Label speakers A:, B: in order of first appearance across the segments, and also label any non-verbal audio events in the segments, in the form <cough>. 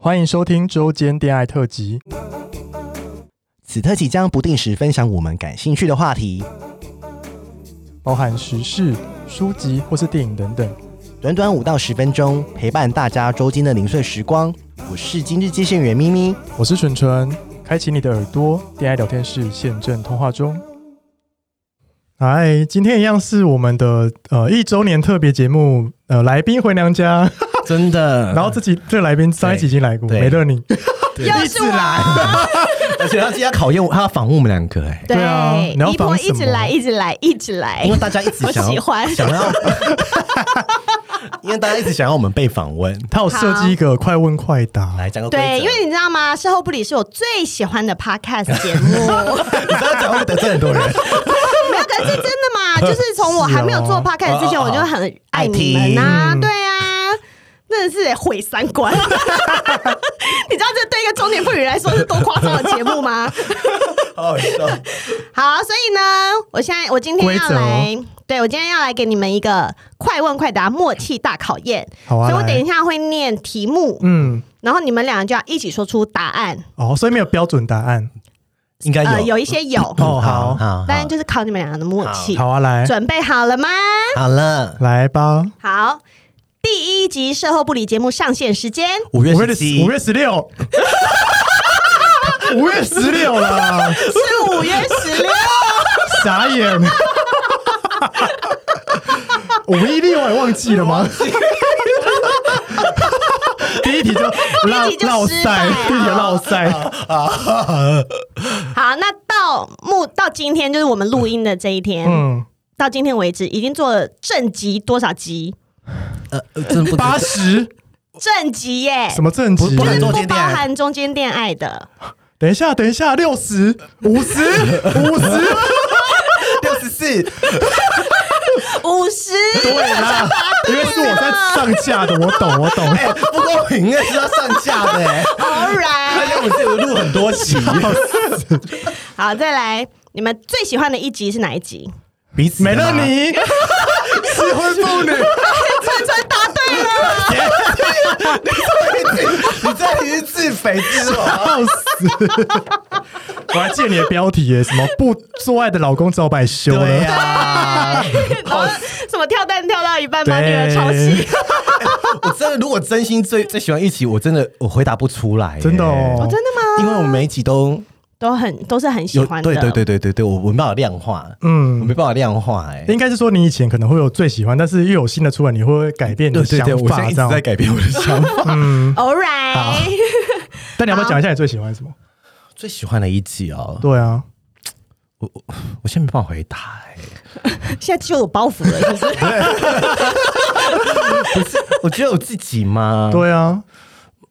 A: 欢迎收听周间恋爱特辑。
B: 此特辑将不定时分享我们感兴趣的话题，
A: 包含时事、书籍或是电影等等。
B: 短短五到十分钟，陪伴大家周间的零碎时光。我是今日接线员咪咪，
A: 我是纯纯，开启你的耳朵，恋爱聊天室现正通话中。哎，今天一样是我们的呃一周年特别节目，呃，来宾回娘家。 <laughs>
B: 真的
A: 然后这期这个来宾上一期已经来过，
B: 对
A: 没了 <laughs> 你。
C: 又是我，
B: 而且他今天要考验我，他要访问我们两个
A: <laughs>
B: 哎、
A: 对啊你要
C: 一波
A: 防什
C: 一直
A: 么
C: 来，一直来，一直来
B: 因，为大家一直
C: 我
B: 想要
C: 喜欢。
B: 想要， <laughs> 因为大家一直想要我们被访问，
A: 他有设计一个快问快答，
B: 来讲个规则
C: 对，因为你知道吗？事后不理是我最喜欢的 podcast
A: <laughs>
C: 节目，
B: <laughs> 你这样讲会得罪很多人，
C: 没有，可是真的
A: <laughs>
C: 嘛，就是从我还没有做 podcast 之前，
B: 哦
C: 我就很爱你们
A: 爱
C: 呐、
A: 听
C: 对啊，真的是毁三
A: <laughs>
C: 观。你知道这对一个中年妇女来说是多夸张的节目吗？
B: 好好笑。
C: 好，所以呢，我现在我今天要来，对我今天要来给你们一个快问快答默契大考验。
A: 好啊。
C: 所以我等
A: 来
C: 一下会念题目，
A: 嗯，
C: 然后你们俩就要一起说出答案。
A: 哦，所以没有标准答案。
B: 应该有、
C: 呃，有一些有，
A: 哎哦，好，
B: 好，
C: 但就是考你们两个的默契。
A: 好啊，来，
C: 准备好了吗？
B: 好了，
A: 来吧。
C: 好，第一集售后不理节目上线时间，
B: 五月
A: 五月
B: 十
A: 十
B: 七
A: 五，月十 <laughs> 六，五月十六啦，
C: 是五月十
A: <laughs>
C: 六。
A: 傻 <laughs> 眼。五一六哎，忘记了吗？第一题就啊绕
C: 第一题就
A: 绕
C: 失
A: 赛，
C: 败
A: 第一题绕赛，
C: 好，那到目到今天就是我们录音的这一天，
A: 嗯，
C: 到今天为止已经做了正集多少集？
B: 呃，呃真
A: 嗯
B: 不
A: 八十
C: 正集耶，
A: 什么正
B: 不
A: 极？
B: 不能
C: 不
B: 做中间
C: 包
B: 恋爱
C: 含中间恋爱的，
A: 等一下，等一下，六十五十五十，
B: 六十四，
C: 五十
A: 对啦， <laughs> 因为是我在上架的，我懂，我懂。
B: 哎，不公平，哎，是要上架的哎、
C: ，All right。
A: <laughs>
B: 而且我们这有录很多集，
C: 好，再来，你们最喜欢的一集是哪一集？
B: 彼此
A: 美乐你，
B: 失婚妇女，
C: 川川哎答对了，
B: <laughs> 你这里是自肥自我，
A: 笑死！我还记得你的标题耶，什么不做爱的老公只好把你休了。
B: 对呀、
C: 啊 <laughs> 然后什么跳蛋跳到一半把
A: 对
C: 女儿抄袭，
B: 我真的如果真心最最喜欢一集，我真的我回答不出来、
A: 真的哦
B: 哎
C: 哦 <laughs> 真的吗？
B: 因为我每一集都
C: 都很都是很喜
B: 有，
C: 欢的，
B: 对对对对对对，我我没办法量化，我
A: 嗯
B: 没，办法量化、哎、
A: 应该是说你以前可能会有最喜欢，但是又有新的出来，你会不会改变你
B: 对
A: 的
B: 对
A: 想
B: 对，我现在
A: 法这
B: 一直在
A: 样。
B: 改变我的想法。
A: 嗯，
C: ，All right，
A: 但你要不要讲一下你最喜欢什么？
B: 最喜欢的一集哦，
A: 对啊，
B: 我现在没办法回答、哎，
C: 现在就有包袱了，是不是？
B: 我觉得我自己吗？。
A: 对啊，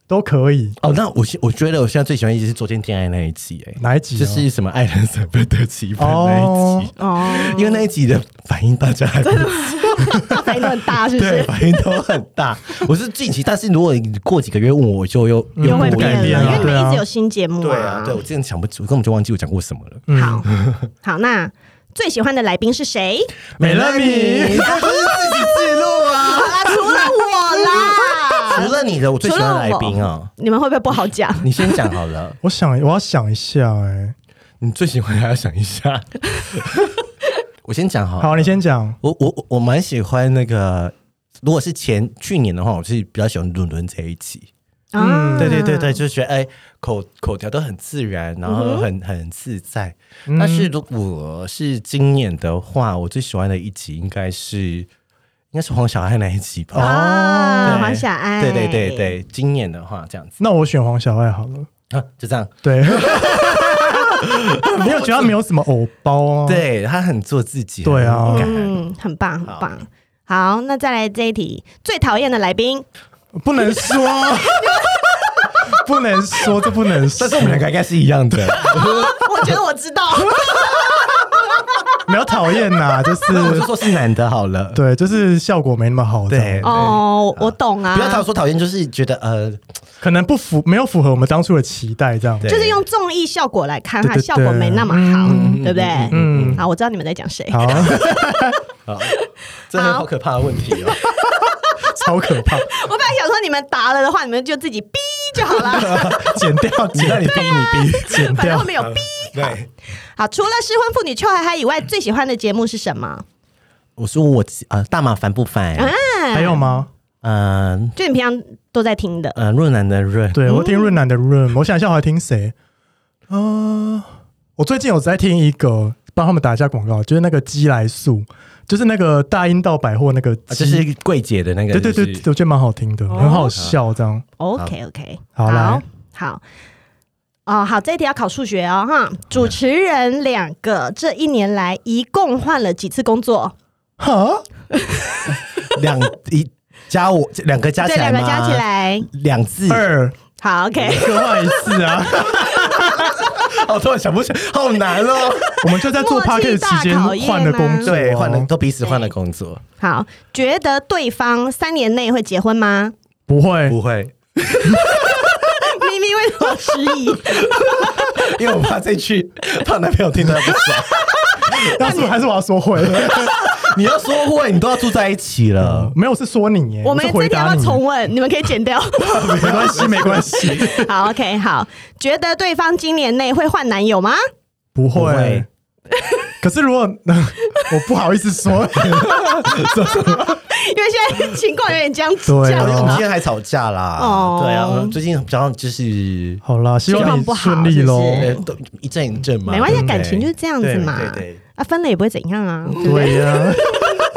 A: 都可以。
B: 哦，那我现我觉得我现在最喜欢一集是昨天天爱那一集、哎，
A: 哪一集啊
B: 就是什么爱人舍不得气氛那一集，
C: <laughs> 哦，
B: 因为那一集的反应大家
C: <laughs>
B: 还不
C: 反应都很大，是不
B: 对
C: 是？
B: 反应都很大。我是近期，但是如果你过几个月问我，我就又
A: 又
C: 嗯会
A: 不
B: 不一
C: 变
A: 改变
B: 样
C: 了，因
A: 啊
C: 为你
A: 对
C: 们
A: 啊
C: 一直有新节目
B: 对啊，对我真的想不起，我根本就忘记我讲过什么了。
A: 嗯，
C: 好， <laughs> 好，那最喜欢的来宾是谁？
A: 美乐 <laughs>
B: 你
A: 你，
B: 这不是自己自录啊？
C: <laughs> 好啦，除了我
B: 除
C: 啦，
B: 了你的，我最喜欢的来宾啊，
C: <laughs> 你们会不会不好讲？
B: 你先讲好了。
A: 我想我要想一下，哎，
B: 你最喜欢还要想一下。 <laughs> 我先讲好了。
A: 好，啊你先讲。
B: 我我我我蛮喜欢那个，如果是前去年的话，我是比较喜欢伦伦这一集。
C: 啊
B: 对对对对，就是觉得哎、口口条都很自然，然后很、很自在。但是如果是今年的话，我最喜欢的一集应该是应该是黄小爱那一集吧。
C: 啊，
B: 哦对
C: 黄小爱，
B: 对对对，对，今年的话这样子
A: 那我选黄小爱好了。
B: 啊，就这样。 <laughs>
A: 对，没有，觉得他没有什么偶包啊。，
B: 对他很做自己，
A: 对啊
B: 很 <laughs> 勇敢
C: 嗯，很棒，很棒。好，那再来这一题，最讨厌的来宾，
A: 不能
B: <laughs>
A: 说，不能说，这不能说。
B: 但是我们两个应该是一样的，
C: <laughs> 我觉得我知道，
A: 没有讨厌呐，就是
B: <laughs> 我就说是男的好了。
A: 对，就是效果没那么好。这样
B: 对
C: 哦，我懂啊
B: 不，要讨说讨厌，就是觉得呃，
A: 可能不符，没有符合我们当初的期待，这样。
B: 对
C: 就是用综艺效果来看，
A: 对对
C: 它
A: 对
C: 效果没那么好，对不对？
A: 嗯
C: 好，我知道你们在讲谁。
A: 好，
B: 啊，真的好可怕的问题哦。
A: 超可怕。
C: 我本来想说你们答了的话，你们就自己逼就好了。
A: 剪掉，
B: 你
A: 剪
B: 让你逼你逼，
C: <laughs>
A: 剪
C: 反正
A: 掉
C: 后。面有 B。
B: 对，
C: 好，除了失婚妇女邱海海以外，最喜欢的节目是什么？
B: 我说我呃大马烦不烦？
C: 啊
A: 还有吗？
B: 嗯
C: 就你平常都在听的。
B: 呃，润南的润，
A: 对我听润南的润，我想一下我还听谁？啊、我最近有在听一个，帮他们打一下广告，就是那个鸡来素，就是那个大英道百货那个鸡、
B: 啊就是柜姐的那个，
A: 对对对，
B: 就是
A: 我觉得蛮好听的，
C: 哦
A: 很好笑这样。
C: OK OK，
A: 好来
C: 好哦，好，这一题要考数学哦，哈。主持人两个这一年来一共换了几次工作？
A: 哈，
B: 两一加我两个加
C: 对，
B: 起来
C: 两
B: 吗，
C: 个加起来，
B: 两字，
A: 二 <laughs>
C: 好 OK。
A: 各换一次啊！
B: 我突然想不起来，好难哦。
A: <laughs> 我们就在做 p a
C: 默
A: r k
C: 契
A: e
C: 大
A: 期间
C: 考验
A: 换的
C: 啊
A: 工作、
B: <laughs> 对，换了
A: 工作
B: 都彼此换了工作，
C: 好，觉得对方三年内会结婚吗？
A: 不会
B: 不会，
C: 咪咪为什么失忆？
B: 因为我怕这句怕男朋友听到不爽。
A: 但是还是我要说回，
B: <laughs> 你要说会，你都要住在一起了。
A: 呃没有是说你耶，
C: 我们
A: 是
C: 这
A: 回
C: 题要
A: 答
C: 不要
A: 你，
C: 重问？你们可以剪掉。
A: 没关
B: <laughs>
A: 系，没关系，
C: 好，OK，好。觉得对方今年内会换男友吗？
A: 不
B: 不
A: 会
B: 会。
A: <laughs> 可是如果 <laughs> 我不好意思说， <laughs>
C: 因为现在情况有点这样子。
A: 对
C: 这
A: 啊
B: 因为我
C: 样
B: 们
C: 子
B: 今天还吵架啦，
C: 哦
B: 对啊，最近比较就是
A: 好
C: <laughs>
A: 啦，希望
C: 情
A: 你
C: 况不好
A: 顺利喽。
C: 是不
B: 呃
C: 是
B: 都一阵一阵嘛，
C: 没关
B: 对
C: 系，
B: 不对
C: 感情就是这样子嘛。
B: 对对对
C: 啊，分了也不会怎样啊，
A: 对呀、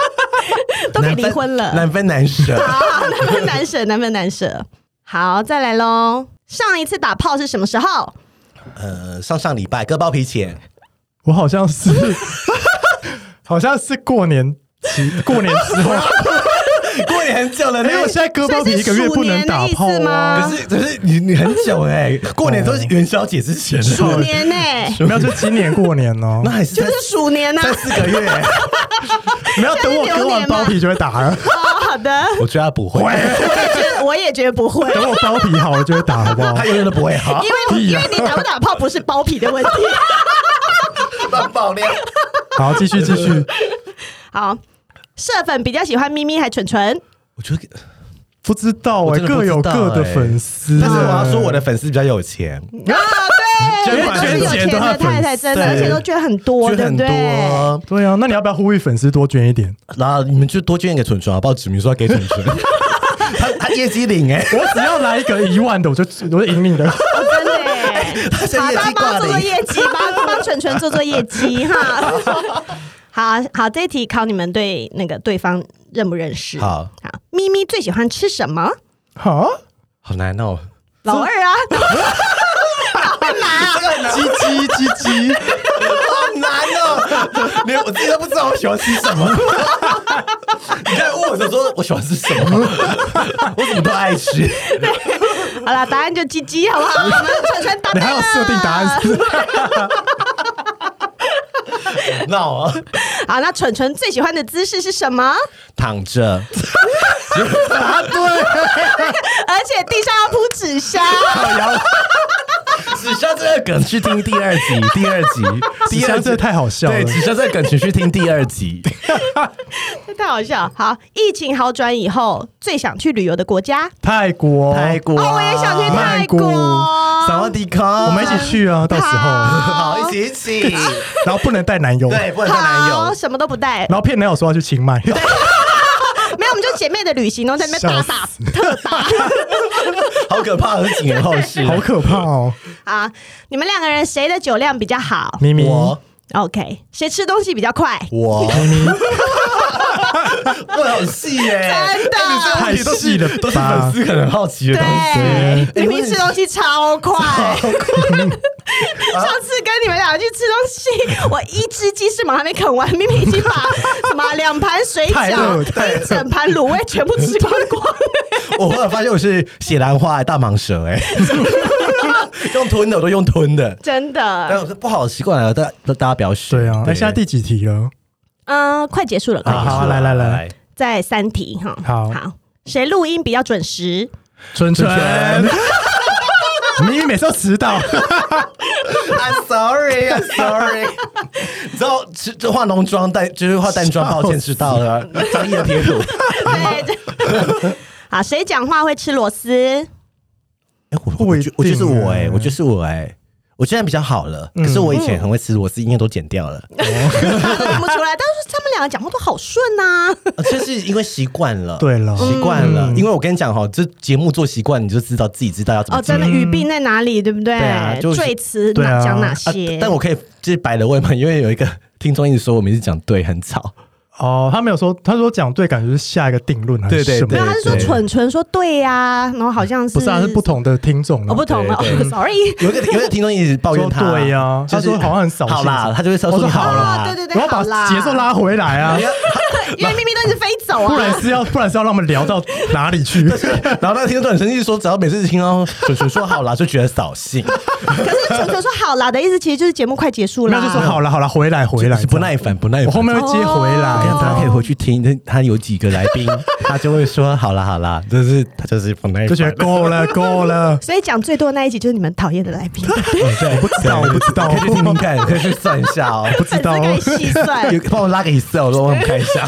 C: <laughs> 都可以
B: 难
C: 离
B: 分
C: 婚了。
B: 难分难舍。 <laughs>
C: 好，难分难舍，难分难舍。好，再来喽。上一次打炮是什么时候？
B: 呃，上上礼拜割包皮前，
A: 我好像是， <laughs> 好像是过年期过年之
C: <laughs>
A: 后，
B: <laughs> 过年很久了，
A: 哎、
B: 那
A: 我
B: 个
A: 现在割包皮一个月不能打炮
C: 所以是鼠年的意思
A: 啊
C: 吗，
B: 可是可是你你很久 <laughs> 哎，过年都是元宵节之前了，
C: 鼠年呢、
A: 没有就今年过年
C: <laughs>
A: 哦、
B: 那还是
C: 就
B: 在
C: 是鼠年呐、
B: 在四个月
C: <laughs>
B: 欸，
A: 没有等我割完包皮就会打了，
C: 哦，好的，
B: 我觉得他不会，哦
C: 我也觉得，我也觉得不会，
A: <laughs> 等我包皮好了就会打，好不好
C: <laughs>
B: 他？永远都不会好，
C: 因为因为你打不打炮不是包皮的问题。
B: 乱爆料。
A: 好，继续继续，
C: 好，社粉比较喜欢咪咪还蠢蠢，
B: 我觉得，
A: 不知道哎、
B: 我真的不
A: 各
B: 知道
A: 有各的
B: 哎
A: 粉丝、欸
B: 但是我要说，我的粉丝比较有钱，
C: 啊，对，
B: 捐款
C: 都是有
A: 捐钱
C: 钱
A: 都
C: 的
A: 他粉丝
C: 太太，真的，
B: 对
C: 而且都捐很多，
B: 捐
C: 对
B: 很
C: 不对？
B: 多，
A: 对啊，那你要不要呼吁粉丝多捐一点？
B: 然后你们就多捐给蠢蠢好不好？指明说要给 <laughs> 蠢蠢，他他业绩领
C: <laughs>
B: 哎，
A: 我只要来一个一万的，我就我就赢你的。
C: 哦真的耶，
B: 他现在
C: 好，
B: 业
C: 帮
B: 绩
C: 帮
B: 挂
C: 做做
B: 零。
C: 业绩，帮帮蠢蠢做做业绩哈。好好，这一题考你们对那个对方认不认识。
B: 好
C: 好，咪咪最喜欢吃什么？
A: 啊，
B: 好难哦，
C: 老二啊，
A: 鸡鸡鸡鸡，
B: 好难哦，连我自己都不知道我喜欢吃什么。你看问我的时候，我喜欢吃什么？我怎么都爱吃。
C: 好啦，答案就鸡鸡，好不好？我们蠢蠢答
A: 你
C: 对
A: 还有
C: 了。
A: 设定答案是不是？
B: 那我
C: <laughs> 好，那蠢蠢最喜欢的姿势是什么？
B: 躺着，
C: 而且地上要铺纸箱。
B: 只需要这个梗去听第二集，第二 <laughs> 集，
A: 纸
B: 第
A: 箱
B: 二
A: 真的
B: 集。
A: 太好笑了
B: 对，。只需要这个梗，请去听第二集。
C: 这太好笑了。好，疫情好转以后，最想去旅游的国家，
A: 泰国，
B: 国
C: 哦，我也想去哦泰国。
B: 萨瓦迪卡，
A: 我们一起去啊，到时候，
B: 好，一起一起。
A: 然后不能带男友，
B: 对，
A: 然
B: 不能带男
C: 好，
B: 友。
C: 什么都不带，
A: 后骗男友说要去清迈，
C: 没有，我们就姐妹的旅行，然后在那边大打
B: 好可怕，是几年后事。
A: 好可怕哦！
C: 啊！你们两个人谁的酒量比较好
A: 咪咪，
B: 我
C: ？OK，谁吃东西比较快？
B: <laughs> 我，我好细耶，
C: 真
B: 哎
A: 哎
C: 的，
A: 太细了吧，
B: 都是粉丝可能好奇的东西。
C: 对，明明吃东西超快。上次跟你们俩去吃东西，我一只鸡翅膀还没啃完，明明已经把什么两盘水
A: <laughs> 太饿
C: 饺、
A: 太
C: 一整盘卤味全部吃光光。
A: <laughs>
B: <laughs> 我后来发现我是血兰花大蟒蛇哎， <laughs> 用吞的我都用吞的，
C: 真
B: 但
C: 的，
B: 我是不好的习惯了，大大家不要学。
A: 对啊，那现在第几题了？
C: 嗯，快结束了，快
A: 啊
C: 结
A: 好
C: 束
A: 啊
C: 了，
A: 来来来，
C: 再三题哈。
A: 好
C: 好，谁录音比较准时？
A: 纯纯， <laughs> 咪咪每次都迟到，
B: I'm sorry, I'm <laughs> sorry。你知道，这这化浓妆淡就是化淡妆，抱歉迟到了。 <laughs> 张毅的贴
A: <laughs>
B: 图，
C: <laughs> 对，这好，谁讲话会吃螺丝？
B: 哎，我
A: 不
B: 我
A: 一
B: 觉我就是
A: 定
B: 我
A: 欸
B: 哎，我就是我哎，我现在比较好了，可是我以前
C: 嗯
B: 很会吃螺丝，应该都剪掉
C: <laughs>
B: 了，
C: 都认不出来。但是他们两个讲话都好顺啊呐、
B: 呃这是因为习惯了，
A: <laughs> 对了，
B: 习惯了
A: 嗯。
B: 因为我跟你讲哈，这节目做习惯，你就知道自己知道要怎么
C: 哦，
B: 做
C: 真。的语病在哪里，对不对？
B: 对啊就是
C: 赘词
A: 对啊
C: 哪讲哪
B: 啊
C: 些？
B: 但我可以就是摆了位嘛，因为有一个听众一直说我们一直讲对，很吵。
A: 哦，他没有说，他说讲对，感觉是下一个定论还是
B: 对对
A: 什么？
B: 对
C: 没有，他是说
B: 对
C: 蠢蠢说对呀、然后好像是
A: 不是啊，是不，同的听众
C: 哦
A: 啊。
C: 不同了、
B: 对
C: 哦、，sorry。 <laughs>
B: <laughs> 有一个有一个听众一直抱怨他，
A: 说对呀
B: 就是
A: 他说好像很扫兴
B: 好啦，他就会说
A: 我说
B: 说
A: 好
B: 好
A: 啦
B: 啦，
C: 哦，对对对，
A: 然后把
C: 好啦
A: 节奏，拉回来啊，
C: 因为咪咪都一直飞走
A: 不
C: 啊
A: 然。是要不然是要让我们聊到哪里去？
B: 然后那个听众就很生气，说只要每次听到蠢蠢说好啦，就觉得扫兴，
C: <laughs> 可是蠢蠢说好啦的意思，其实就是节目快结束
A: 那
C: 啦。
A: 就说好了好了，回来回来，
B: 不耐烦不耐
A: 我
B: 烦。
A: 后面会接回来啊
C: 哦
B: 大家可以
A: 的，
B: 回去听，那他有几个来宾，他就会说好啦好啦，就是他就是不耐烦，
A: 就觉得够
C: <laughs>
A: 了够了。
C: 所以讲最多的那一集就是你们讨厌的来
B: <laughs>
C: 宾，
B: 对，我不
A: 知道我不知道
B: 可以去听听看，可以去算一下哦。
A: 不知道
C: 粉丝可以细
B: <laughs>
C: 算
B: 有帮我拉个 Excel，我说我们看一下。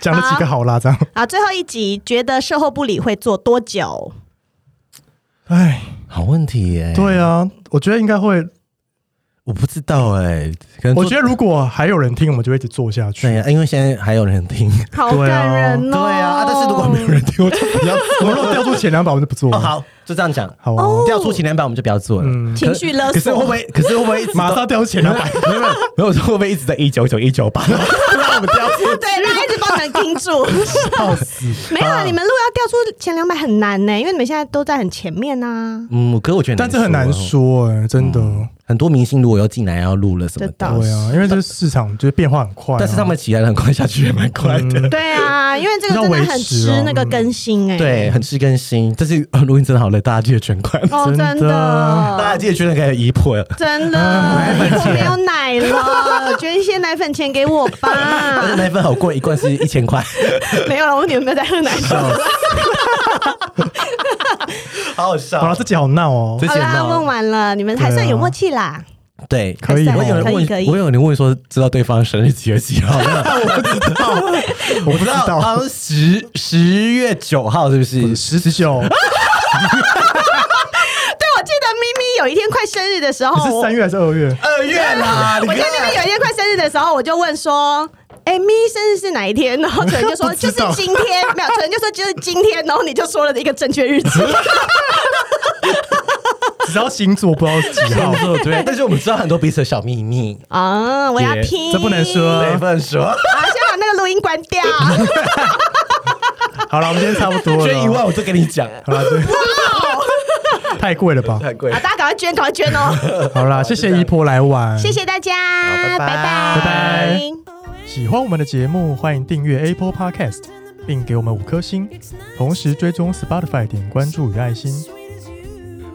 A: 讲了几个好啦，这样，
C: 啊。最后一集觉得售后不理会做多久？
A: 哎，
B: 好问题耶，
A: 对啊，我觉得应该会，
B: 我不知道哎，可能
A: 我
B: 做
A: 觉得如果还有人听，我们就会一直做下去
B: 对。呀，因为现在还有人听，
C: 好
A: 对啊
C: 感人哦。
B: 啊，但是如果没有人听，我就不要
A: <laughs> 我们如果掉出前两百，我们就不做了。
B: 哦，好，就这样讲。
A: 好啊，
B: 掉出前两版我们就不要做了。
A: 嗯
C: 情绪勒索
B: 可是会不会？可是会不会一直都
A: 马上掉出前两百，
B: 没有没有没有，我说会不会一直在一九九一九八？不然我们掉出。
C: <laughs> 对，让他一直帮人盯住。
A: 笑死！
C: 没有，啊，你们如果要调出前两百很难呢、因为你们现在都在很前面啊呐、
B: 嗯，可是我觉得，
A: 但这很难。说哎，真的，
B: 很多明星如果要进来要录了什么
C: 这倒
B: 的，
A: 对啊，因为这个市场就是变化很快啊，嗯
B: 但是他们起来的很快，下去也蛮快 <laughs> 的。
C: 对啊，因为这个真的很吃那个更新哎、
B: 啊对，，很吃更新。但是呃录音真的好累，大家记得捐款，
C: 哦，真
A: 真
B: 大家
C: 的，
B: 记得捐款给姨婆。
C: 真的，我没有奶了，捐一些奶粉钱给我
B: 但是 <laughs>
C: 吧。
B: 奶粉好贵，一罐是一千块。
C: 没有了，我女儿没有在喝奶粉。
B: <laughs> 好好笑
A: 好了，这集好闹哦
B: 这，
C: 好
B: 集很
C: 啦，
B: 闹
C: 问完了，你们还算有默契啦。
B: 对，
A: 可以哦，
B: 我有人
C: 可以
B: 问
C: 可以，
B: 我有人问说，知道对方生日几月几 <laughs> 号吗？
A: 我不知
B: 不知道，
A: 道
B: 好像十十月九号是不是？
A: 十九，
C: 对，我记得咪咪有一天快生日的时
A: 你
C: 候，
A: 是
C: 我
A: 三月还是二月？
B: 二月啦，你
C: 我记得咪咪有一天快生日的时候，我就问说。哎、咪生日是哪一天？然后纯就说
A: 不
C: 就
A: 知
C: 是
A: 道
C: 今天，没有纯就说就是今天，然后你就说了一个正确日期，
A: 只要星座不知道几号
B: <laughs> 没，错，对，但是我们知道很多彼此的小秘密，
C: 啊，我要
B: 姐
C: 拼，
A: 这不能
B: <laughs>
A: 说
B: 对，不能说。
C: 啊，先把那个录音关掉。
A: 好了，我们今天差不
B: <laughs>
A: 多
B: 捐一
A: 了。
B: 万我都跟你讲，
A: 好了，对，哦太贵了吧？
B: 太贵
C: 好，。大家赶快捐，赶快捐哦！
A: 好啦，谢谢一波来玩，
C: 谢。谢大家，
B: 好拜拜
C: 拜
A: 拜拜喜欢我们的节目，欢迎订阅 Apple Podcast，并给我们五颗星，同时追踪 Spotify 点关注与爱心。